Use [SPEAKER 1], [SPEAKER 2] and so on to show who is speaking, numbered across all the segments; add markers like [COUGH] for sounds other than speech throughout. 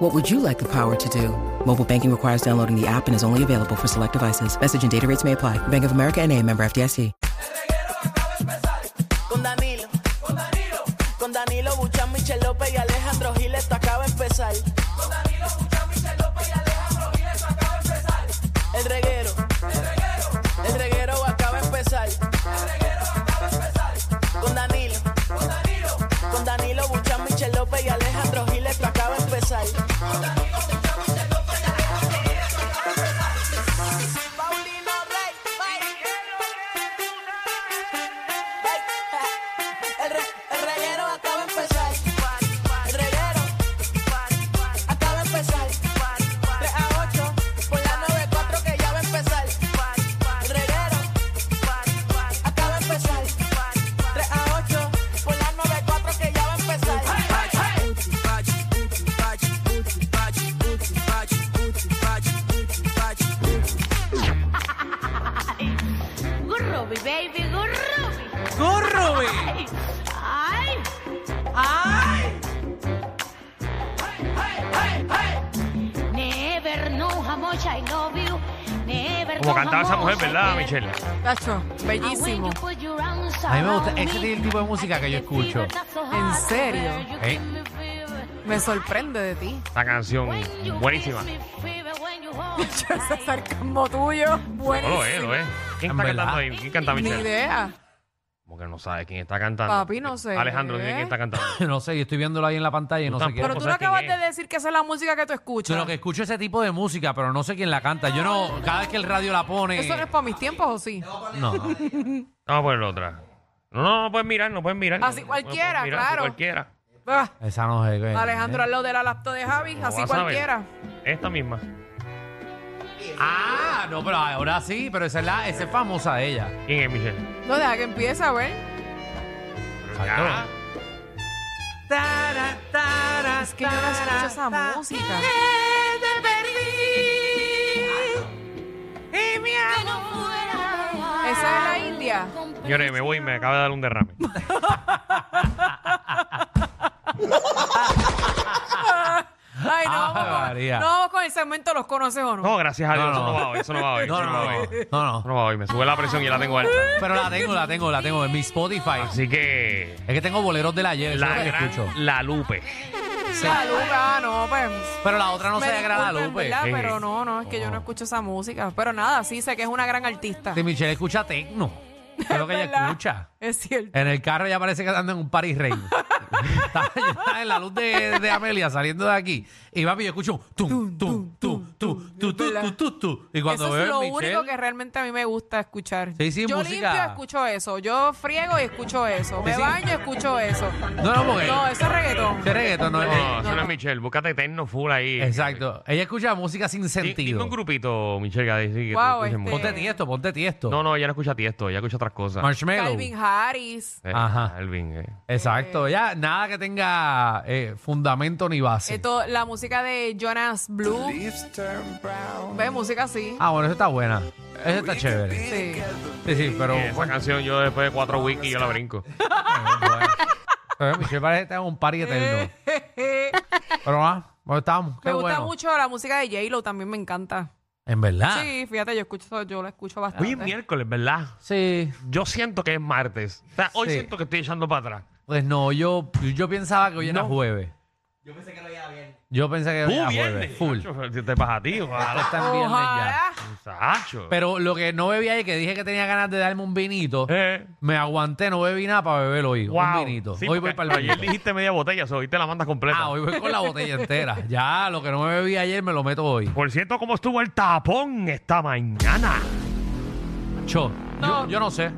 [SPEAKER 1] What would you like the power to do? Mobile banking requires downloading the app and is only available for select devices. Message and data rates may apply. Bank of America and a member FDIC.
[SPEAKER 2] Con Danilo, con Danilo, con Danilo Buchan, Michel López y Alejandro Gil, esto acaba de empezar. Con Danilo Buchan, Michel López y Alejandro Gil, esto acaba de empezar. El reguero, el reguero, el reguero acaba de empezar. El reguero acaba de empezar. Con Danilo, con Danilo, con Danilo Buchan, Michel López y Alejandro Gil, esto acaba de empezar. Con Danilo Buchan, Michel López y Alejandro Gil, esto acaba de empezar. Paulino Rey, El, re- el reguero acaba de empezar. El reguero acaba de empezar. 3 a 8 por la 94 que ya va a empezar. El reguero acaba de empezar. 3 a 8 por la 94 que ya va a empezar.
[SPEAKER 3] Gurrubi, baby, gurrubi.
[SPEAKER 4] ¡Gurrubi!
[SPEAKER 3] Ay, ay,
[SPEAKER 4] ¡Ay!
[SPEAKER 3] never know how much I love you. Never
[SPEAKER 5] Como
[SPEAKER 3] know
[SPEAKER 5] cantaba
[SPEAKER 3] how
[SPEAKER 5] esa mujer,
[SPEAKER 3] much I
[SPEAKER 5] ¿verdad,
[SPEAKER 3] care.
[SPEAKER 5] Michelle?
[SPEAKER 4] Tacho,
[SPEAKER 3] And when
[SPEAKER 4] bellísimo.
[SPEAKER 3] you put your arms
[SPEAKER 6] A mí me gusta,
[SPEAKER 3] around
[SPEAKER 6] ese es
[SPEAKER 3] me,
[SPEAKER 6] el tipo de música que yo escucho.
[SPEAKER 3] ¿En
[SPEAKER 4] serio?
[SPEAKER 6] ¿Eh?
[SPEAKER 4] Me sorprende de ti.
[SPEAKER 5] Esta canción buenísima.
[SPEAKER 4] [LAUGHS] Ese sarcasmo tuyo,
[SPEAKER 5] No lo
[SPEAKER 4] buenísimo.
[SPEAKER 5] es, lo es. ¿Quién
[SPEAKER 6] En
[SPEAKER 5] está
[SPEAKER 6] verdad.
[SPEAKER 5] cantando ahí? ¿Quién canta
[SPEAKER 4] Ni
[SPEAKER 5] Michelle?
[SPEAKER 4] idea.
[SPEAKER 5] Como que no sabe quién está cantando.
[SPEAKER 4] Papi, no sé. ¿eh?
[SPEAKER 5] Alejandro, dime quién está cantando.
[SPEAKER 6] [LAUGHS] No sé, yo estoy viéndolo ahí en la pantalla y no
[SPEAKER 5] Tú
[SPEAKER 6] sé qué.
[SPEAKER 5] tampoco.
[SPEAKER 4] Pero tú no
[SPEAKER 5] sabes
[SPEAKER 4] acabas
[SPEAKER 5] quién
[SPEAKER 4] de
[SPEAKER 5] es.
[SPEAKER 4] decir que esa es la música que tú escuchas.
[SPEAKER 6] Sino que escucho ese tipo de música, pero no sé quién la canta. Yo no, cada vez que el radio la pone.
[SPEAKER 4] Eso no es para mis tiempos, ¿o sí?
[SPEAKER 6] No,
[SPEAKER 5] Vamos a poner otra. No, no, no puedes mirar, no puedes mirar.
[SPEAKER 4] Así
[SPEAKER 5] No, no
[SPEAKER 4] cualquiera,
[SPEAKER 5] puedes mirar,
[SPEAKER 4] claro.
[SPEAKER 5] así cualquiera.
[SPEAKER 4] Ah,
[SPEAKER 6] esa no es. eh,
[SPEAKER 4] Alejandro, al lado de la laptop de Javi,
[SPEAKER 5] ¿Cómo
[SPEAKER 4] así
[SPEAKER 5] vas a saber?
[SPEAKER 4] cualquiera.
[SPEAKER 5] Esta misma.
[SPEAKER 6] Ah, no, pero ahora sí, pero esa es, la, esa es famosa de ella.
[SPEAKER 5] ¿Quién es Michelle?
[SPEAKER 4] No, deja que empiece a ver.
[SPEAKER 5] Ah,
[SPEAKER 4] Es que yo no escucho esa música. Esa es la India.
[SPEAKER 5] Señores, me voy, me acaba de dar un derrame.
[SPEAKER 4] Ay, no,
[SPEAKER 6] Ah,
[SPEAKER 4] vamos
[SPEAKER 6] María.
[SPEAKER 4] con, no vamos con el segmento Los Conoces o no.
[SPEAKER 5] No, gracias a Dios,
[SPEAKER 6] No,
[SPEAKER 5] eso
[SPEAKER 6] no.
[SPEAKER 5] no va hoy, eso no va hoy.
[SPEAKER 6] No,
[SPEAKER 5] eso
[SPEAKER 6] no,
[SPEAKER 5] va
[SPEAKER 6] no,
[SPEAKER 5] hoy.
[SPEAKER 6] no,
[SPEAKER 5] Eso
[SPEAKER 6] no.
[SPEAKER 5] no va hoy, me sube la presión y la tengo alta.
[SPEAKER 6] Pero la tengo, la tengo, la tengo en mi Spotify.
[SPEAKER 5] Así que,
[SPEAKER 6] Es que tengo boleros del ayer, eso es
[SPEAKER 5] Ah, la
[SPEAKER 6] lo que escucho.
[SPEAKER 5] gran, la Lupe.
[SPEAKER 6] Sí.
[SPEAKER 4] La Luca, ah, no, pues.
[SPEAKER 6] Pero la otra no
[SPEAKER 4] Me
[SPEAKER 6] se agrada
[SPEAKER 4] disculpen,
[SPEAKER 6] Lupe.
[SPEAKER 4] ¿verdad?
[SPEAKER 5] Sí.
[SPEAKER 4] Pero no, no, es que yo no escucho esa música. Pero nada, sí sé que es una gran artista.
[SPEAKER 6] Si Michelle escucha tecno. Es lo que ella
[SPEAKER 4] [LAUGHS] ¿Verdad?
[SPEAKER 6] escucha.
[SPEAKER 4] Es cierto.
[SPEAKER 6] En el carro ya parece que anda en un Paris Rey.
[SPEAKER 4] [LAUGHS]
[SPEAKER 6] Estaba yo estaba en la luz de, de Amelia saliendo de aquí. Y papi, yo escucho un tum, tum, tum, tum, tum, tum, tum, tum, tum. Y cuando
[SPEAKER 4] Eso
[SPEAKER 6] veo
[SPEAKER 4] es lo
[SPEAKER 6] el
[SPEAKER 4] único que realmente a mí me gusta escuchar.
[SPEAKER 6] Sí, sí,
[SPEAKER 4] yo
[SPEAKER 6] música.
[SPEAKER 4] limpio, escucho eso. Yo friego y escucho eso. me
[SPEAKER 6] sí.
[SPEAKER 4] baño, escucho eso.
[SPEAKER 6] No, no, porque...
[SPEAKER 4] No, eso es reggaetón.
[SPEAKER 6] ese reggaetón no
[SPEAKER 5] No,
[SPEAKER 6] es...
[SPEAKER 5] no, eso no
[SPEAKER 4] [LAUGHS] no.
[SPEAKER 5] es Michelle, búscate Tecno Full ahí.
[SPEAKER 6] Exacto. Ella escucha música sin
[SPEAKER 5] Di- dime
[SPEAKER 6] sentido.
[SPEAKER 5] un grupito, Michelle, que dice que
[SPEAKER 4] Wow,
[SPEAKER 5] escuchen
[SPEAKER 4] este-
[SPEAKER 5] música.
[SPEAKER 6] Ponte tiesto, ponte tiesto.
[SPEAKER 5] No, no, ella no escucha tiesto, ella escucha otras cosas.
[SPEAKER 6] Marshmallow.
[SPEAKER 4] Calvin Harris.
[SPEAKER 5] Eh,
[SPEAKER 6] Ajá.
[SPEAKER 5] Alvin, eh.
[SPEAKER 6] Exacto. Ya nada que tenga eh, fundamento ni base.
[SPEAKER 4] Esto, eh, la música de Jonas Blue. Ve, música así.
[SPEAKER 6] Ah, bueno, eso está buena. Eso está chévere.
[SPEAKER 4] Sí.
[SPEAKER 6] Sí, sí, pero...
[SPEAKER 5] Eh, esa canción yo después de cuatro wiki yo la brinco.
[SPEAKER 6] Eh, Michelle parece que está en un party
[SPEAKER 4] [LAUGHS]
[SPEAKER 6] eterno. Pero ah, ¿dónde estamos? Qué
[SPEAKER 4] Me gusta
[SPEAKER 6] bueno. Ah.
[SPEAKER 4] mucho la música de J-Lo, también me encanta.
[SPEAKER 6] En verdad.
[SPEAKER 4] Sí, fíjate, yo escucho, yo la escucho bastante.
[SPEAKER 5] Hoy es miércoles, ¿verdad?
[SPEAKER 6] Sí.
[SPEAKER 5] Yo siento que es martes. O sea, hoy
[SPEAKER 6] Sí.
[SPEAKER 5] siento que estoy echando para atrás.
[SPEAKER 6] Pues no, yo, yo pensaba que hoy era
[SPEAKER 5] No.
[SPEAKER 6] jueves. Yo pensé que hoy
[SPEAKER 5] ¡Uh,
[SPEAKER 6] era
[SPEAKER 5] viernes!
[SPEAKER 6] viernes. Yo pensé que hoy era jueves. Full.
[SPEAKER 5] Nacho, Te pasa a ti,
[SPEAKER 6] Esto
[SPEAKER 5] ojalá.
[SPEAKER 6] está en viernes ya.
[SPEAKER 4] Ojalá.
[SPEAKER 5] Sacho.
[SPEAKER 6] Pero lo que no bebí ayer, que dije que tenía ganas de darme un vinito,
[SPEAKER 5] Eh,
[SPEAKER 6] me aguanté, no bebí nada para beberlo hoy.
[SPEAKER 5] wow.
[SPEAKER 6] Un vinito.
[SPEAKER 5] Sí,
[SPEAKER 6] hoy
[SPEAKER 5] porque
[SPEAKER 6] voy para el
[SPEAKER 5] Ayer
[SPEAKER 6] vinito.
[SPEAKER 5] dijiste media botella, so, hoy te la mandas completa.
[SPEAKER 6] Ah, hoy voy con la botella entera. Ya, lo que no me bebí ayer me lo meto hoy.
[SPEAKER 5] Por cierto, ¿cómo estuvo el tapón esta mañana?
[SPEAKER 6] Cho,
[SPEAKER 4] No.
[SPEAKER 6] Yo, yo no sé.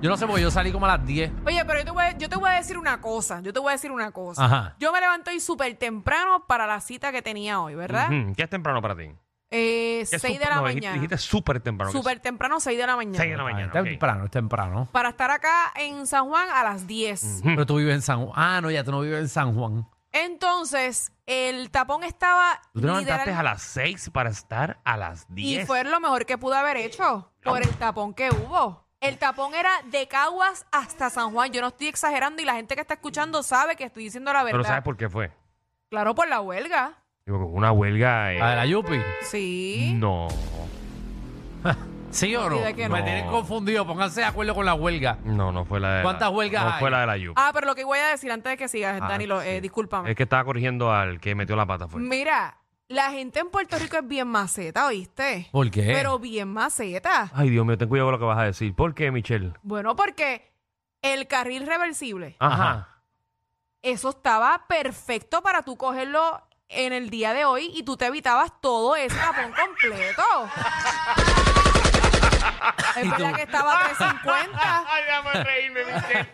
[SPEAKER 6] Yo no sé porque yo salí como a las 10.
[SPEAKER 4] Oye, pero yo te, voy a, yo te voy a decir una cosa. Yo te voy a decir una cosa.
[SPEAKER 6] Ajá.
[SPEAKER 4] Yo me levanto hoy súper temprano para la cita que tenía hoy, ¿verdad?
[SPEAKER 5] Ujú, ¿Qué es temprano para ti?
[SPEAKER 4] Eh,
[SPEAKER 5] Ya es
[SPEAKER 4] 6 de
[SPEAKER 5] sup-
[SPEAKER 4] la
[SPEAKER 5] no, dijiste-
[SPEAKER 4] mañana.
[SPEAKER 5] Dijiste súper temprano. que
[SPEAKER 4] Súper temprano, 6 de la
[SPEAKER 5] es
[SPEAKER 4] mañana.
[SPEAKER 5] 6 de la mañana.
[SPEAKER 6] Ah, es
[SPEAKER 5] ok.
[SPEAKER 6] temprano, es temprano.
[SPEAKER 4] Para estar acá en San Juan a las 10.
[SPEAKER 6] Pero tú vives en San Juan. Ah, no, ya tú no vives en San Juan.
[SPEAKER 4] Entonces, el tapón estaba.
[SPEAKER 5] Tú te levantaste
[SPEAKER 4] literal-
[SPEAKER 5] a las 6 para estar a las 10.
[SPEAKER 4] Y fue lo mejor que pude haber hecho por el tapón que hubo. El tapón era de Caguas hasta San Juan. Yo no estoy exagerando y la gente que está escuchando sabe que estoy diciendo la verdad.
[SPEAKER 5] Pero ¿sabes por qué fue?
[SPEAKER 4] Claro, por la huelga.
[SPEAKER 5] Digo, con una huelga. eh,
[SPEAKER 4] Ah,
[SPEAKER 6] La de la Yupi.
[SPEAKER 4] Sí.
[SPEAKER 5] No.
[SPEAKER 6] ¿Sí o no?
[SPEAKER 4] Olvida que
[SPEAKER 6] Me
[SPEAKER 5] no.
[SPEAKER 6] tienen confundido. Pónganse de acuerdo con la huelga.
[SPEAKER 5] No, no fue la de la-
[SPEAKER 6] ¿Cuántas huelgas
[SPEAKER 5] No
[SPEAKER 6] hay?
[SPEAKER 5] fue la de la Yupi.
[SPEAKER 4] Ah, pero lo que voy a decir antes de que sigas,
[SPEAKER 5] Ah,
[SPEAKER 4] Dani, lo-
[SPEAKER 5] sí.
[SPEAKER 4] eh, discúlpame.
[SPEAKER 5] Es que estaba corrigiendo al que metió la pata. Fue.
[SPEAKER 4] Mira, la gente en Puerto Rico es bien maceta, ¿oíste?
[SPEAKER 6] ¿Por qué?
[SPEAKER 4] Pero bien maceta.
[SPEAKER 5] Ay, Dios mío, ten cuidado con lo que vas a decir. ¿Por qué, Michelle?
[SPEAKER 4] Bueno, porque el carril reversible,
[SPEAKER 5] Ajá.
[SPEAKER 4] eso estaba perfecto para tú cogerlo en el día de hoy y tú te evitabas todo ese tapón
[SPEAKER 5] [LAUGHS]
[SPEAKER 4] completo. es verdad que estaba a 350,
[SPEAKER 5] déjame reírme, [LAUGHS] Michelle.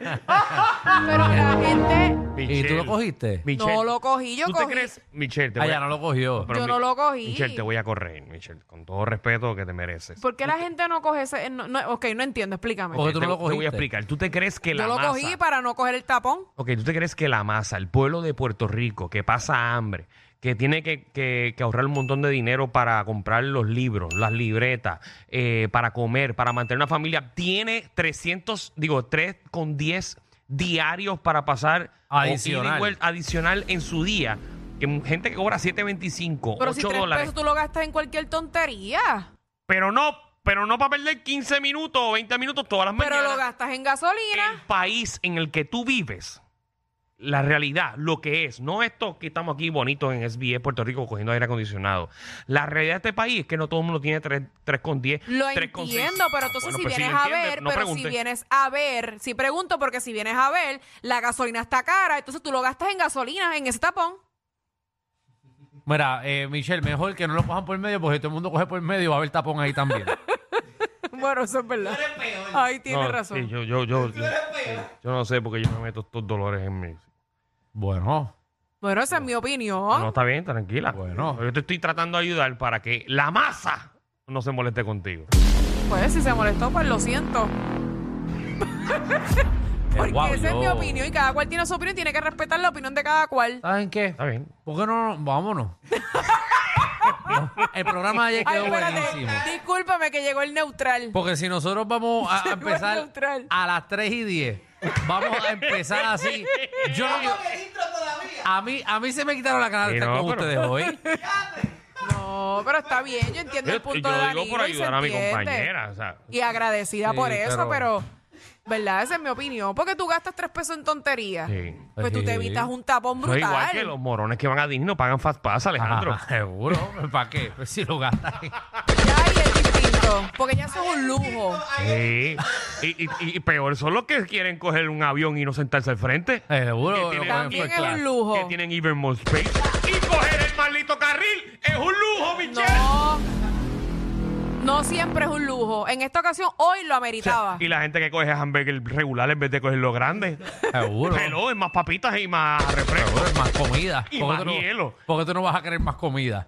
[SPEAKER 4] pero la gente
[SPEAKER 6] ¿Y tú lo cogiste?
[SPEAKER 5] Michelle.
[SPEAKER 4] no lo cogí, yo
[SPEAKER 5] ¿Tú
[SPEAKER 4] cogí.
[SPEAKER 5] te crees? Michelle, te voy
[SPEAKER 6] Allá
[SPEAKER 5] a...
[SPEAKER 6] no lo cogió.
[SPEAKER 5] pero
[SPEAKER 4] yo
[SPEAKER 5] mi-
[SPEAKER 4] no lo cogí.
[SPEAKER 5] Michelle, te voy a correr, Michelle. Con todo respeto que te mereces.
[SPEAKER 4] ¿Por qué la gente no coge ese? no- no- ok, no entiendo, explícame.
[SPEAKER 6] Porque tú
[SPEAKER 5] Te-
[SPEAKER 6] no lo
[SPEAKER 5] Te voy
[SPEAKER 6] cogiste.
[SPEAKER 5] a explicar. ¿Tú te crees que la
[SPEAKER 4] Yo lo
[SPEAKER 5] masa...
[SPEAKER 4] cogí para no coger el tapón.
[SPEAKER 5] Ok, ¿tú te crees que la masa, el pueblo de Puerto Rico, que pasa hambre, que tiene que, que- que ahorrar un montón de dinero para comprar los libros, las libretas, eh, para comer, para mantener una familia, tiene 300, digo, 3 con 10 diarios para pasar o ida y
[SPEAKER 6] Adicional.
[SPEAKER 5] vuelta- adicional en su día? Que m- gente que cobra 7.25,
[SPEAKER 4] Pero
[SPEAKER 5] 8
[SPEAKER 4] si tres
[SPEAKER 5] dólares.
[SPEAKER 4] pesos tú lo gastas en cualquier tontería.
[SPEAKER 5] Pero no, pero no para perder 15 minutos o 20 minutos todas las
[SPEAKER 4] Pero
[SPEAKER 5] mañanas.
[SPEAKER 4] lo gastas en gasolina.
[SPEAKER 5] el país en el que tú vives, la realidad, lo que es, no esto que estamos aquí bonitos en SBA Puerto Rico cogiendo aire acondicionado. La realidad de este país es que no todo el mundo tiene 3,10. 3, con 10,
[SPEAKER 4] Lo
[SPEAKER 5] 3 con seis.
[SPEAKER 4] entiendo, pero
[SPEAKER 5] Ah,
[SPEAKER 4] entonces
[SPEAKER 5] bueno,
[SPEAKER 4] si
[SPEAKER 5] pues
[SPEAKER 4] vienes a
[SPEAKER 5] entiende,
[SPEAKER 4] ver,
[SPEAKER 5] no
[SPEAKER 4] pero si
[SPEAKER 5] pregunte.
[SPEAKER 4] vienes a ver, si pregunto porque si vienes a ver, la gasolina está cara, entonces tú lo gastas en gasolina, en ese tapón. [LAUGHS]
[SPEAKER 6] Mira, eh, Michelle, mejor que no lo cojan por medio porque si todo el mundo coge por medio va a haber tapón
[SPEAKER 5] [LAUGHS]
[SPEAKER 6] ahí también.
[SPEAKER 4] bueno, eso es verdad. Ahí tienes
[SPEAKER 5] No,
[SPEAKER 4] razón.
[SPEAKER 5] sí, yo, yo, yo, yo, yo no sé porque yo me meto estos dolores en mí.
[SPEAKER 6] bueno,
[SPEAKER 4] Bueno, esa es mi opinión.
[SPEAKER 5] No, está bien, tranquila.
[SPEAKER 6] Bueno.
[SPEAKER 5] Yo te estoy tratando de ayudar para que la masa no se moleste contigo.
[SPEAKER 4] Pues si se molestó, pues lo
[SPEAKER 5] [LAUGHS]
[SPEAKER 4] siento. Porque
[SPEAKER 6] guau,
[SPEAKER 4] esa es
[SPEAKER 6] yo-
[SPEAKER 4] mi opinión y cada cual tiene su opinión y tiene que respetar la opinión de cada cual.
[SPEAKER 6] ¿saben qué?
[SPEAKER 5] Está bien.
[SPEAKER 6] ¿Por qué no? no-
[SPEAKER 4] [LAUGHS]
[SPEAKER 6] Vámonos. El programa de ayer
[SPEAKER 4] Ay,
[SPEAKER 6] quedó
[SPEAKER 4] espérate,
[SPEAKER 6] buenísimo.
[SPEAKER 4] discúlpame que llegó el neutral.
[SPEAKER 6] Porque si nosotros vamos a a
[SPEAKER 4] Llegó el
[SPEAKER 6] empezar
[SPEAKER 4] neutral.
[SPEAKER 6] a las 3 y 10, vamos a empezar así. Yo no quiero- A mí, a mí se me quitaron la cara de
[SPEAKER 5] Sí,
[SPEAKER 6] estar
[SPEAKER 5] no,
[SPEAKER 6] con
[SPEAKER 5] pero-
[SPEAKER 6] ustedes hoy.
[SPEAKER 4] No, pero está bien, yo entiendo el
[SPEAKER 5] Yo,
[SPEAKER 4] punto
[SPEAKER 5] yo
[SPEAKER 4] de
[SPEAKER 5] digo por
[SPEAKER 4] Danilo y se
[SPEAKER 5] ayudar a mi
[SPEAKER 4] entiende.
[SPEAKER 5] compañera. o sea,
[SPEAKER 4] Y agradecida
[SPEAKER 6] Sí,
[SPEAKER 4] por eso,
[SPEAKER 6] pero-
[SPEAKER 4] pero... ¿Verdad? Esa es mi opinión. Porque tú gastas tres pesos en tonterías.
[SPEAKER 5] Sí.
[SPEAKER 4] Pues tú
[SPEAKER 6] Sí.
[SPEAKER 4] te evitas un tapón
[SPEAKER 5] no
[SPEAKER 4] brutal.
[SPEAKER 5] es igual que los morones que van a Disney no pagan Fast Pass, Alejandro.
[SPEAKER 6] [LAUGHS] Ajá, seguro. ¿Para qué? Pues si lo gastas. ahí.
[SPEAKER 4] Ya ahí es distinto. Porque ya eso es un lujo.
[SPEAKER 5] Sí. Y, y- y- y peor son los que quieren coger un avión y no sentarse al frente.
[SPEAKER 6] Seguro.
[SPEAKER 5] Que
[SPEAKER 6] lo
[SPEAKER 5] tiene-
[SPEAKER 6] ponen
[SPEAKER 4] También
[SPEAKER 6] first
[SPEAKER 4] es un
[SPEAKER 6] class.
[SPEAKER 4] lujo.
[SPEAKER 5] Que tienen even more space. Y coger el maldito carril es un lujo, Michelle.
[SPEAKER 4] No. No siempre es un lujo. En esta ocasión, hoy lo ameritaba.
[SPEAKER 5] Y la gente que coge hamburger regular en vez de coger los grandes.
[SPEAKER 6] Seguro.
[SPEAKER 5] Hello, es más papitas y más refresco.
[SPEAKER 6] Seguro, es más comida.
[SPEAKER 5] Y
[SPEAKER 6] ¿Por qué
[SPEAKER 5] más
[SPEAKER 6] tú no-
[SPEAKER 5] hielo.
[SPEAKER 6] ¿Por qué tú no vas a querer más comida?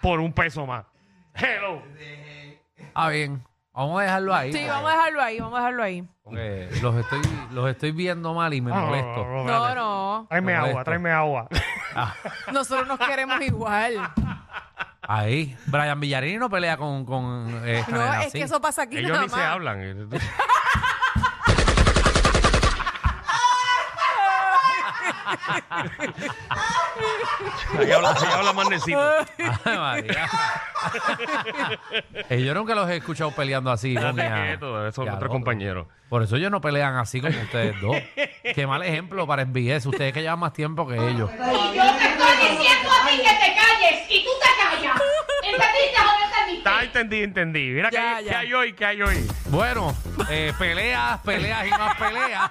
[SPEAKER 5] Por un peso más. Hello.
[SPEAKER 6] Ah, bien. Vamos a dejarlo ahí.
[SPEAKER 4] Sí, vamos a dejarlo ahí, vamos a dejarlo ahí.
[SPEAKER 6] porque los estoy, los estoy viendo mal y
[SPEAKER 5] Ah,
[SPEAKER 6] me molesto.
[SPEAKER 4] No, no.
[SPEAKER 5] Oh, Tráeme
[SPEAKER 6] Molesto.
[SPEAKER 5] agua, tráeme agua. ah,
[SPEAKER 4] Nosotros nos queremos igual.
[SPEAKER 6] Ah, Ahí. Brian Villarini no pelea con, con eh,
[SPEAKER 4] No,
[SPEAKER 6] Canela,
[SPEAKER 4] es
[SPEAKER 6] sí.
[SPEAKER 4] que eso pasa aquí
[SPEAKER 5] Ellos
[SPEAKER 4] nada
[SPEAKER 5] ni se
[SPEAKER 4] más. [LAUGHS]
[SPEAKER 5] hablan. eh. Ahí habla, ahí habla más Necito.
[SPEAKER 6] Ay, María. Eh, yo nunca los he escuchado peleando así. con
[SPEAKER 5] Date
[SPEAKER 6] ella.
[SPEAKER 5] quieto, esos son
[SPEAKER 6] Ya,
[SPEAKER 5] nuestros
[SPEAKER 6] loco.
[SPEAKER 5] compañeros.
[SPEAKER 6] Por eso ellos no pelean así como ustedes dos. Qué mal ejemplo para SBS. Ustedes que llevan más tiempo que ellos.
[SPEAKER 7] Y yo te estoy diciendo a ti que te calles y tú te callas. ¿Entendiste o no entendiste?
[SPEAKER 5] Está, entendí, entendí. Mira que
[SPEAKER 4] Ya,
[SPEAKER 5] hay,
[SPEAKER 4] ya.
[SPEAKER 5] qué hay hoy, qué hay hoy.
[SPEAKER 6] Bueno, eh, peleas, peleas y más peleas.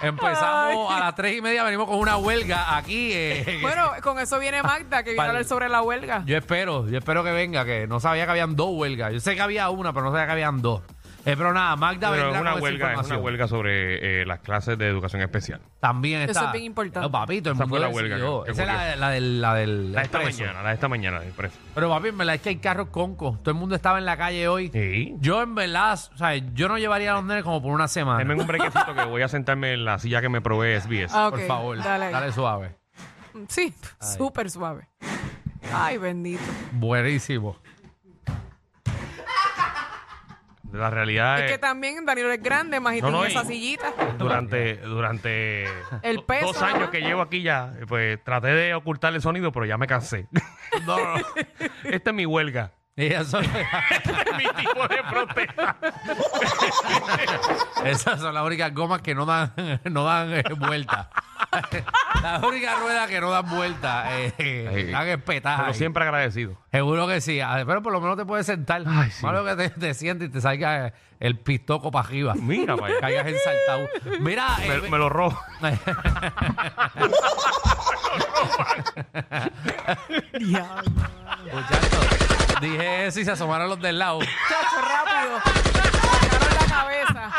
[SPEAKER 6] Empezamos a las tres y media, venimos con una huelga aquí. eh, que-
[SPEAKER 4] Bueno, con eso viene Magda, que viene a hablar sobre la huelga.
[SPEAKER 6] yo espero, yo espero que venga, que no sabía que habían dos huelgas. Yo sé que había una, pero no sabía que habían dos. Eh, pero nada, Magda
[SPEAKER 5] Pero es
[SPEAKER 6] vendrá
[SPEAKER 5] una
[SPEAKER 6] con esa
[SPEAKER 5] huelga, es una
[SPEAKER 6] información.
[SPEAKER 5] huelga sobre eh, las clases de educación especial.
[SPEAKER 6] También
[SPEAKER 4] Eso
[SPEAKER 6] está.
[SPEAKER 4] es bien importante.
[SPEAKER 6] No, papi, todo el
[SPEAKER 5] Esa
[SPEAKER 6] mundo
[SPEAKER 5] fue la huelga
[SPEAKER 6] decidió.
[SPEAKER 5] que- que
[SPEAKER 6] Esa es la,
[SPEAKER 5] ocurrió.
[SPEAKER 6] la del, la del
[SPEAKER 5] La de esta
[SPEAKER 6] expreso.
[SPEAKER 5] mañana, la de esta mañana, la del preso.
[SPEAKER 6] Pero papi, en verdad es que hay carros concos. Todo el mundo estaba en la calle hoy.
[SPEAKER 5] Sí.
[SPEAKER 6] Yo en verdad, o sea, yo no llevaría a los nenes como por una semana.
[SPEAKER 5] Denme un brequecito que voy a sentarme en la silla que me provee SBS.
[SPEAKER 4] Ah,
[SPEAKER 6] por
[SPEAKER 4] ok,
[SPEAKER 6] favor,
[SPEAKER 4] Dale, ahí.
[SPEAKER 6] dale suave.
[SPEAKER 4] Mm, Sí, súper suave. Ay, bendito.
[SPEAKER 6] Buenísimo.
[SPEAKER 5] La realidad
[SPEAKER 4] Es
[SPEAKER 5] es,
[SPEAKER 4] que también Danilo es grande, más y
[SPEAKER 5] No, no,
[SPEAKER 4] tiene
[SPEAKER 5] y-
[SPEAKER 4] esa sillita.
[SPEAKER 5] durante, durante
[SPEAKER 4] El
[SPEAKER 5] do-
[SPEAKER 4] peso,
[SPEAKER 5] dos años
[SPEAKER 4] ajá.
[SPEAKER 5] que llevo aquí ya, eh, pues traté de ocultar el sonido, pero ya me cansé. [LAUGHS]
[SPEAKER 6] No, no.
[SPEAKER 5] Esta es mi huelga.
[SPEAKER 6] Y eso-
[SPEAKER 4] [LAUGHS]
[SPEAKER 5] Este es [LAUGHS] mi tipo de protesta.
[SPEAKER 6] esas son las únicas gomas que no dan, [LAUGHS] no dan eh, vuelta. [LAUGHS] las únicas ruedas que no dan vuelta. Eh,
[SPEAKER 5] Ay,
[SPEAKER 6] dan espetadas.
[SPEAKER 5] Pero
[SPEAKER 6] ahí.
[SPEAKER 5] siempre agradecido.
[SPEAKER 6] Seguro que sí. Ah, Pero por lo menos te puedes sentar.
[SPEAKER 5] Ay, sí.
[SPEAKER 6] Malo que te, te sientes y te salga eh, el pistoco para arriba.
[SPEAKER 5] Mira, vaya.
[SPEAKER 6] Caigas ensaltado. Mira, eh,
[SPEAKER 5] Me, me lo robo.
[SPEAKER 6] muchachos, dije eso y se asomaron los del lado.
[SPEAKER 4] Chacho, rápido. Sacaron la cabeza.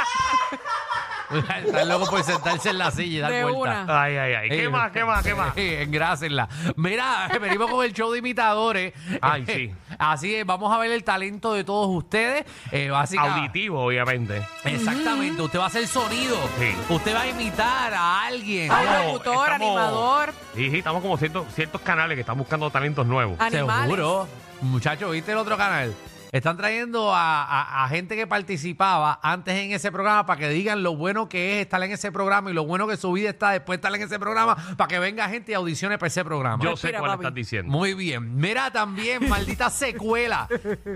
[SPEAKER 6] Están locos por sentarse en la silla y dar
[SPEAKER 4] De
[SPEAKER 6] vuelta.
[SPEAKER 4] una.
[SPEAKER 5] Ay, ay, ay. ¿Qué
[SPEAKER 6] Eh,
[SPEAKER 5] más? ¿Qué más? ¿Qué más?
[SPEAKER 6] Sí, engrásenla. Mira, eh, venimos con el show de imitadores.
[SPEAKER 5] Ay,
[SPEAKER 6] Eh,
[SPEAKER 5] sí.
[SPEAKER 6] [LAUGHS] Así es, vamos a ver el talento de todos ustedes. Eh, básica-
[SPEAKER 5] Auditivo, obviamente.
[SPEAKER 6] Exactamente, usted va a hacer sonido.
[SPEAKER 5] Sí.
[SPEAKER 6] Usted va a imitar a alguien.
[SPEAKER 4] Ay,
[SPEAKER 5] Estamos-
[SPEAKER 4] locutor,
[SPEAKER 5] estamos-
[SPEAKER 4] animador,
[SPEAKER 5] Sí, sí, estamos como ciertos, ciertos canales que están buscando talentos nuevos.
[SPEAKER 4] animales.
[SPEAKER 6] Seguro. Muchachos, ¿viste el otro canal? Están trayendo a, a- a gente que participaba antes en ese programa para que digan lo bueno que es estar en ese programa y lo bueno que su vida está después de estar en ese programa para que venga gente y audicione para ese programa.
[SPEAKER 5] Yo sé
[SPEAKER 4] Respira,
[SPEAKER 5] cuál
[SPEAKER 4] papi.
[SPEAKER 5] estás diciendo.
[SPEAKER 6] Muy bien. Mira
[SPEAKER 5] [LAUGHS]
[SPEAKER 6] también, maldita secuela.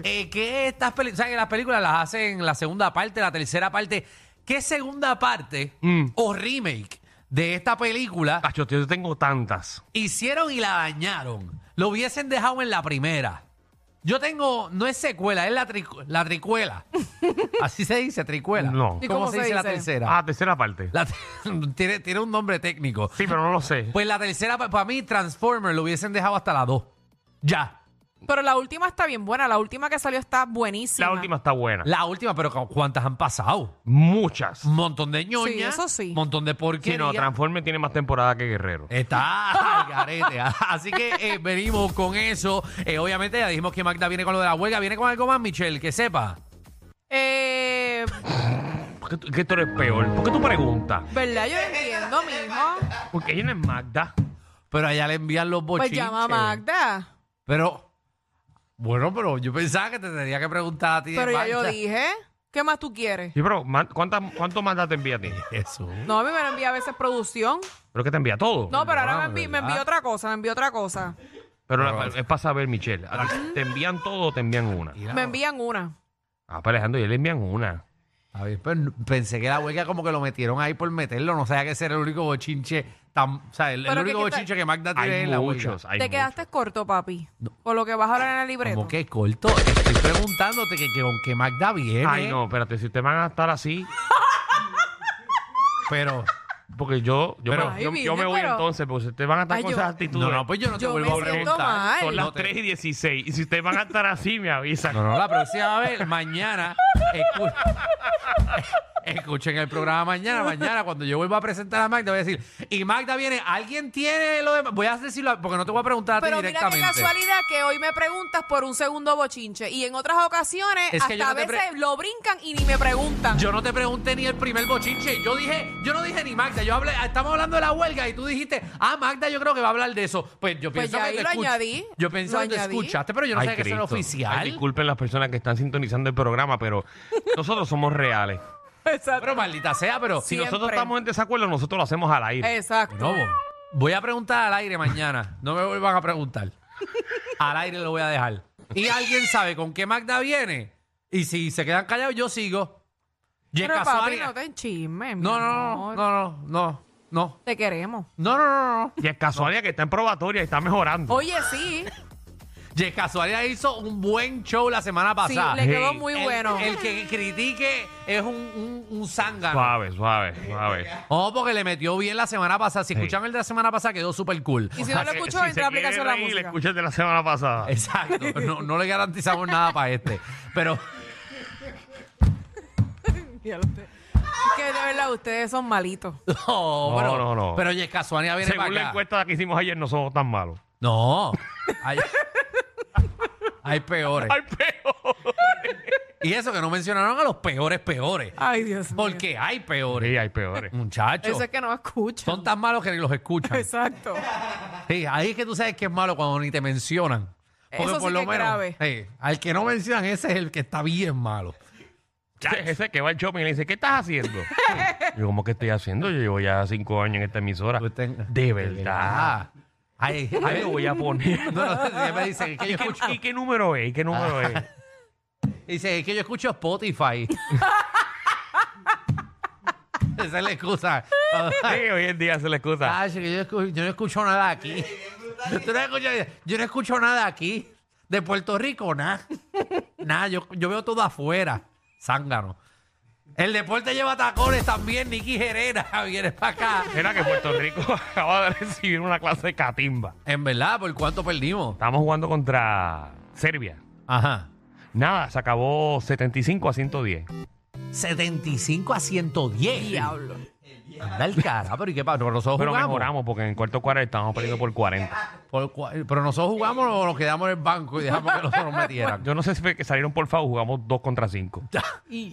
[SPEAKER 6] Eh, ¿Qué estas películas? ¿Saben que las películas las hacen la segunda parte, la tercera parte? ¿Qué segunda parte
[SPEAKER 5] Mm.
[SPEAKER 6] o remake de esta película
[SPEAKER 5] Cacho, yo tengo tantas.
[SPEAKER 6] hicieron y la dañaron? Lo hubiesen dejado en la primera. Yo tengo, no es secuela, es la, tricu-
[SPEAKER 5] [LAUGHS]
[SPEAKER 6] la tricuela. Así se dice, tricuela.
[SPEAKER 5] No.
[SPEAKER 6] ¿Y cómo, se, dice, la tercera?
[SPEAKER 5] Ah, tercera parte.
[SPEAKER 6] La te- [LAUGHS] tiene, tiene un nombre técnico.
[SPEAKER 5] Sí, pero no lo sé.
[SPEAKER 6] Pues la tercera, pa- para mí, Transformer lo hubiesen dejado hasta la 2. Ya.
[SPEAKER 4] Pero la última está bien buena. La última que salió está buenísima.
[SPEAKER 5] la última está buena.
[SPEAKER 6] La última, pero ¿cu- ¿cuántas han pasado?
[SPEAKER 5] Muchas.
[SPEAKER 6] Un montón de ñoñas.
[SPEAKER 4] eso sí.
[SPEAKER 6] Un montón de
[SPEAKER 5] Si
[SPEAKER 6] porquería.
[SPEAKER 5] no, Transforme tiene más temporada que Guerrero. Eh,
[SPEAKER 6] Está al
[SPEAKER 4] [LAUGHS]
[SPEAKER 6] garete. Así que eh, venimos con eso. Eh, obviamente ya dijimos que Magda viene con lo de la huelga. Viene con algo más, Michelle, que sepa.
[SPEAKER 4] Eh,
[SPEAKER 5] ¿Por qué, tú- qué tú eres peor? ¿Por qué tú preguntas?
[SPEAKER 4] ¿Verdad? Yo entiendo, mijo.
[SPEAKER 5] Porque ella no es Magda.
[SPEAKER 6] Pero allá le envían los
[SPEAKER 5] Oh,
[SPEAKER 4] Pues
[SPEAKER 6] bochinches.
[SPEAKER 4] llama a Magda.
[SPEAKER 6] Pero, bueno, pero yo pensaba que te tenía que preguntar a ti. de
[SPEAKER 4] Pero ya yo
[SPEAKER 6] Magda.
[SPEAKER 4] dije. ¿Qué más tú quieres?
[SPEAKER 5] Sí, pero ma- ¿cuántas- ¿cuánto Magda te envía a ti?
[SPEAKER 6] [LAUGHS] Eso.
[SPEAKER 4] No, a mí me lo envía a veces producción.
[SPEAKER 5] Pero que te envía todo.
[SPEAKER 4] No, pero ahora me
[SPEAKER 6] ¿verdad?
[SPEAKER 4] envi- me envía otra cosa, me envía otra cosa.
[SPEAKER 5] Pero la- es para saber, Michelle. ¿a ti ¿Te envían todo o te envían una?
[SPEAKER 6] Mira,
[SPEAKER 4] Me envían una.
[SPEAKER 5] Ah, pues Alejandro, ya le envían una.
[SPEAKER 6] a ver, pero pensé que la huelga como que lo metieron ahí por meterlo. No sabía que ese era el único bochinche. Tan, o sea, el, el
[SPEAKER 4] Pero que-
[SPEAKER 6] único
[SPEAKER 4] que te-
[SPEAKER 6] bochinche que Magda tiene
[SPEAKER 5] Hay
[SPEAKER 6] en la huelga.
[SPEAKER 5] muchos. Hay
[SPEAKER 4] Te
[SPEAKER 5] muchos.
[SPEAKER 4] quedaste corto, papi. Con lo que vas a hablar en el libreto.
[SPEAKER 6] Como que corto? Estoy preguntándote que, que con qué Magda viene.
[SPEAKER 5] Ay, no, espérate, si te van a estar así,
[SPEAKER 6] Pero.
[SPEAKER 5] porque yo, yo,
[SPEAKER 6] Pero-
[SPEAKER 5] me, yo-
[SPEAKER 4] Ay,
[SPEAKER 5] yo me voy
[SPEAKER 4] pero-
[SPEAKER 5] entonces, porque si te van a estar
[SPEAKER 4] Ay,
[SPEAKER 5] con
[SPEAKER 4] yo-
[SPEAKER 5] esas actitudes.
[SPEAKER 6] No, no, pues yo no te
[SPEAKER 4] Yo
[SPEAKER 6] vuelvo a
[SPEAKER 4] me siento
[SPEAKER 6] preguntar.
[SPEAKER 4] mal.
[SPEAKER 5] Son
[SPEAKER 6] No
[SPEAKER 5] las
[SPEAKER 6] te-
[SPEAKER 5] 3 y 16. Y si ustedes van a estar así, me avisan.
[SPEAKER 6] No, no, la próxima vez, mañana. escu- [LAUGHS] Escuchen el programa mañana, mañana, cuando yo vuelva a presentar a Magda, voy a decir, y Magda viene, ¿alguien tiene lo demás? Voy a decirlo, porque no te voy a preguntar a ti
[SPEAKER 4] Pero mira qué
[SPEAKER 6] directamente.
[SPEAKER 4] casualidad que hoy me preguntas por un segundo bochinche. Y en otras ocasiones,
[SPEAKER 6] Es que
[SPEAKER 4] hasta
[SPEAKER 6] yo
[SPEAKER 4] a
[SPEAKER 6] no te pre-
[SPEAKER 4] veces lo brincan y ni me preguntan.
[SPEAKER 6] Yo no te pregunté ni el primer bochinche. Yo dije, yo no dije ni Magda. Yo hablé, estamos hablando de la huelga y tú dijiste, ah, Magda, yo creo que va a hablar de eso. Pues yo
[SPEAKER 4] Pues
[SPEAKER 6] pienso
[SPEAKER 4] ya
[SPEAKER 6] que
[SPEAKER 4] ahí
[SPEAKER 6] te
[SPEAKER 4] lo
[SPEAKER 6] escuch-
[SPEAKER 4] añadí,
[SPEAKER 6] Yo pienso
[SPEAKER 4] lo
[SPEAKER 6] que te
[SPEAKER 4] añadí.
[SPEAKER 6] escuchaste, pero yo no
[SPEAKER 5] Ay,
[SPEAKER 6] sabía que eso era
[SPEAKER 5] Cristo.
[SPEAKER 6] oficial.
[SPEAKER 5] Ay, disculpen las personas que están sintonizando el programa, pero nosotros somos reales.
[SPEAKER 4] [LAUGHS] Exacto.
[SPEAKER 6] pero maldita sea, pero
[SPEAKER 5] Si nosotros
[SPEAKER 4] Siempre. Eh.
[SPEAKER 5] estamos en desacuerdo, nosotros lo hacemos al aire.
[SPEAKER 4] Exacto.
[SPEAKER 6] no, bo- voy a preguntar al aire mañana. No me vuelvan a preguntar. Al aire lo voy a dejar. Y alguien sabe con qué Magda viene. Y si se quedan callados, yo sigo. Y es
[SPEAKER 4] Pero papi,
[SPEAKER 6] casual.
[SPEAKER 4] no te enchismes. mi
[SPEAKER 6] No, no, no,
[SPEAKER 4] amor.
[SPEAKER 6] no, no, no,
[SPEAKER 4] Te queremos.
[SPEAKER 6] no, no, no, no.
[SPEAKER 5] Y es casualidad que está en probatoria y está mejorando.
[SPEAKER 4] Oye,
[SPEAKER 6] [LAUGHS]
[SPEAKER 4] sí.
[SPEAKER 6] Jess Casualidad hizo un buen show la semana
[SPEAKER 4] Sí,
[SPEAKER 6] pasada.
[SPEAKER 4] le quedó
[SPEAKER 5] hey,
[SPEAKER 4] muy
[SPEAKER 6] el,
[SPEAKER 4] bueno.
[SPEAKER 6] El que critique es un, un, un zángano.
[SPEAKER 5] Suave, suave, suave.
[SPEAKER 6] Oh, porque le metió bien la semana pasada. Si
[SPEAKER 5] Sí.
[SPEAKER 6] escuchan el de la semana pasada, quedó súper cool. [LAUGHS]
[SPEAKER 4] Y si no lo
[SPEAKER 5] Que
[SPEAKER 4] escuchó,
[SPEAKER 5] si
[SPEAKER 4] entra
[SPEAKER 5] se
[SPEAKER 4] a la aplicación
[SPEAKER 5] quiere
[SPEAKER 4] de la
[SPEAKER 5] reír,
[SPEAKER 4] música.
[SPEAKER 5] escuchen de la semana pasada.
[SPEAKER 6] Eh, Exacto. No, no le garantizamos nada para este. Pero.
[SPEAKER 4] Ya lo sé. Es que de verdad ustedes son malitos.
[SPEAKER 6] [LAUGHS] No,
[SPEAKER 5] No,
[SPEAKER 6] pero,
[SPEAKER 5] no, no.
[SPEAKER 6] Pero oye, Casuania viene
[SPEAKER 5] Según
[SPEAKER 6] para
[SPEAKER 5] la
[SPEAKER 6] acá.
[SPEAKER 5] encuesta que hicimos ayer, no somos tan malos.
[SPEAKER 6] No. Hay, [LAUGHS] hay peores.
[SPEAKER 5] ¡Ay, peor!
[SPEAKER 6] Y eso que no mencionaron a los peores, peores.
[SPEAKER 4] Ay, Dios mío.
[SPEAKER 6] Porque hay peores.
[SPEAKER 5] Sí, hay peores.
[SPEAKER 6] Muchachos.
[SPEAKER 4] Eso es que no escuchan.
[SPEAKER 6] Son tan malos que ni los
[SPEAKER 4] [LAUGHS]
[SPEAKER 6] escuchan.
[SPEAKER 4] Exacto.
[SPEAKER 6] Sí, ahí es que tú sabes que es malo cuando ni te mencionan. Porque
[SPEAKER 4] Eso sí
[SPEAKER 6] por lo
[SPEAKER 4] que es
[SPEAKER 6] menos,
[SPEAKER 4] grave.
[SPEAKER 6] sí, al que no mencionan, ese es el que está bien malo.
[SPEAKER 5] Ese- Ese que va al shopping y le dice, ¿qué estás haciendo? Yo, ¿cómo que estoy haciendo? Yo llevo ya cinco años en esta emisora.
[SPEAKER 6] Tú ten-
[SPEAKER 5] De verdad.
[SPEAKER 6] Ay,
[SPEAKER 5] Ahí lo voy a poner.
[SPEAKER 6] No, no, ya me dicen, es
[SPEAKER 4] [LAUGHS]
[SPEAKER 6] que yo escucho,
[SPEAKER 5] ¿Y qué número es? ¿Y qué número es?
[SPEAKER 6] dice, es que yo escucho
[SPEAKER 4] [LAUGHS]
[SPEAKER 6] Spotify. Esa es la
[SPEAKER 4] [LAUGHS]
[SPEAKER 6] excusa.
[SPEAKER 5] Sí, hoy en día se le excusa.
[SPEAKER 6] Ah, sí, que yo, escu- yo no escucho nada aquí. Tú no escuchas- yo no escucho nada aquí. De Puerto Rico, nada. Nada, yo, yo veo todo afuera. Zángano. El deporte lleva tacones también. Nicky Gerena [LAUGHS] viene para acá.
[SPEAKER 5] Era que Puerto Rico [LAUGHS] acaba de recibir una clase de catimba.
[SPEAKER 6] En verdad, ¿por cuánto perdimos?
[SPEAKER 5] Estamos jugando contra Serbia.
[SPEAKER 6] Ajá.
[SPEAKER 5] Nada, se acabó 75 a 110.
[SPEAKER 6] 75 a 110.
[SPEAKER 4] Diablo.
[SPEAKER 6] Anda el cara, pero ¿y qué pasa? Pero nosotros
[SPEAKER 5] Pero
[SPEAKER 6] jugamos.
[SPEAKER 5] mejoramos porque en el cuarto cuarto estábamos perdiendo por 40.
[SPEAKER 6] Por cua- pero nosotros jugamos o nos quedamos en el banco y dejamos que nosotros nos
[SPEAKER 5] [LAUGHS]
[SPEAKER 6] metieran.
[SPEAKER 5] Yo no sé si fue que salieron por favor, jugamos 2 contra 5.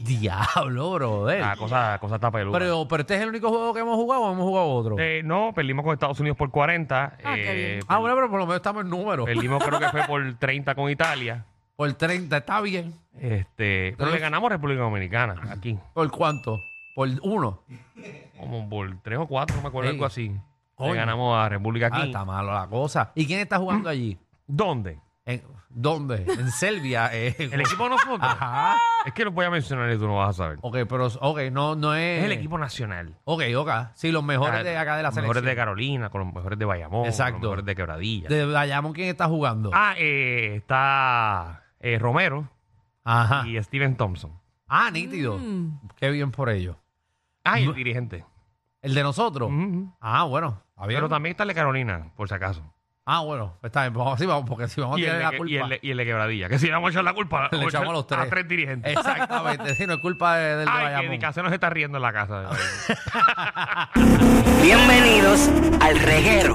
[SPEAKER 6] Diablo, brother.
[SPEAKER 5] La cosa, cosa está peluda.
[SPEAKER 6] Eh. Pero, pero este es el único juego que hemos jugado o hemos jugado otro.
[SPEAKER 5] Eh, no, perdimos con Estados Unidos por 40.
[SPEAKER 4] Ah, qué
[SPEAKER 5] eh, pues,
[SPEAKER 4] bien.
[SPEAKER 6] Ah, bueno, pero por lo menos estamos en número.
[SPEAKER 5] Perdimos creo que fue por 30 con Italia.
[SPEAKER 6] Por 30, está bien.
[SPEAKER 5] Este, pero le ganamos a República Dominicana aquí.
[SPEAKER 6] ¿Por cuánto? Por uno.
[SPEAKER 5] Como por 3 o 4, no me acuerdo,
[SPEAKER 6] Ey.
[SPEAKER 5] algo así.
[SPEAKER 6] Coño.
[SPEAKER 5] Le ganamos a República
[SPEAKER 6] Ah,
[SPEAKER 5] aquí.
[SPEAKER 6] está malo la cosa. ¿Y quién está jugando allí?
[SPEAKER 5] ¿Dónde?
[SPEAKER 6] ¿En, ¿Dónde? En Serbia. eh.
[SPEAKER 5] [LAUGHS] El equipo de nosotros.
[SPEAKER 6] Ajá.
[SPEAKER 5] Es que los voy a mencionar y tú no vas a saber.
[SPEAKER 6] Ok, pero ok, no, no es.
[SPEAKER 5] Es el equipo nacional.
[SPEAKER 6] Ok, ok. Sí, los mejores de acá de la
[SPEAKER 5] Los mejores
[SPEAKER 6] selección.
[SPEAKER 5] de Carolina, con los mejores de Bayamón,
[SPEAKER 6] Exacto.
[SPEAKER 5] con los mejores de Quebradilla.
[SPEAKER 6] de Bayamón, ¿quién está jugando?
[SPEAKER 5] Ah, eh, está eh, Romero
[SPEAKER 6] Ajá.
[SPEAKER 5] y Steven Thompson.
[SPEAKER 6] Ah, nítido. Qué bien por ellos.
[SPEAKER 5] Ah, y el dirigente.
[SPEAKER 6] ¿El de nosotros?
[SPEAKER 5] Ujú.
[SPEAKER 6] Ah, bueno. está bien.
[SPEAKER 5] Pero también está el de Carolina, por si acaso.
[SPEAKER 6] Ah, bueno. Está bien. Vamos, sí, vamos, porque si vamos a
[SPEAKER 5] Y el,
[SPEAKER 6] tirar
[SPEAKER 5] de,
[SPEAKER 6] la
[SPEAKER 5] que-
[SPEAKER 6] culpa.
[SPEAKER 5] y el de- y el de Quebradilla. Que si le vamos a echar la culpa,
[SPEAKER 6] [LAUGHS] Le
[SPEAKER 5] vamos
[SPEAKER 6] echamos
[SPEAKER 5] echar
[SPEAKER 6] a los tres.
[SPEAKER 5] dirigentes.
[SPEAKER 6] Exactamente. Sí, no es culpa de- del de
[SPEAKER 5] Ay, que
[SPEAKER 6] Bayamón.
[SPEAKER 5] Dicasio nos está
[SPEAKER 6] [LAUGHS]
[SPEAKER 5] riendo en la casa.
[SPEAKER 1] Bienvenidos al reguero.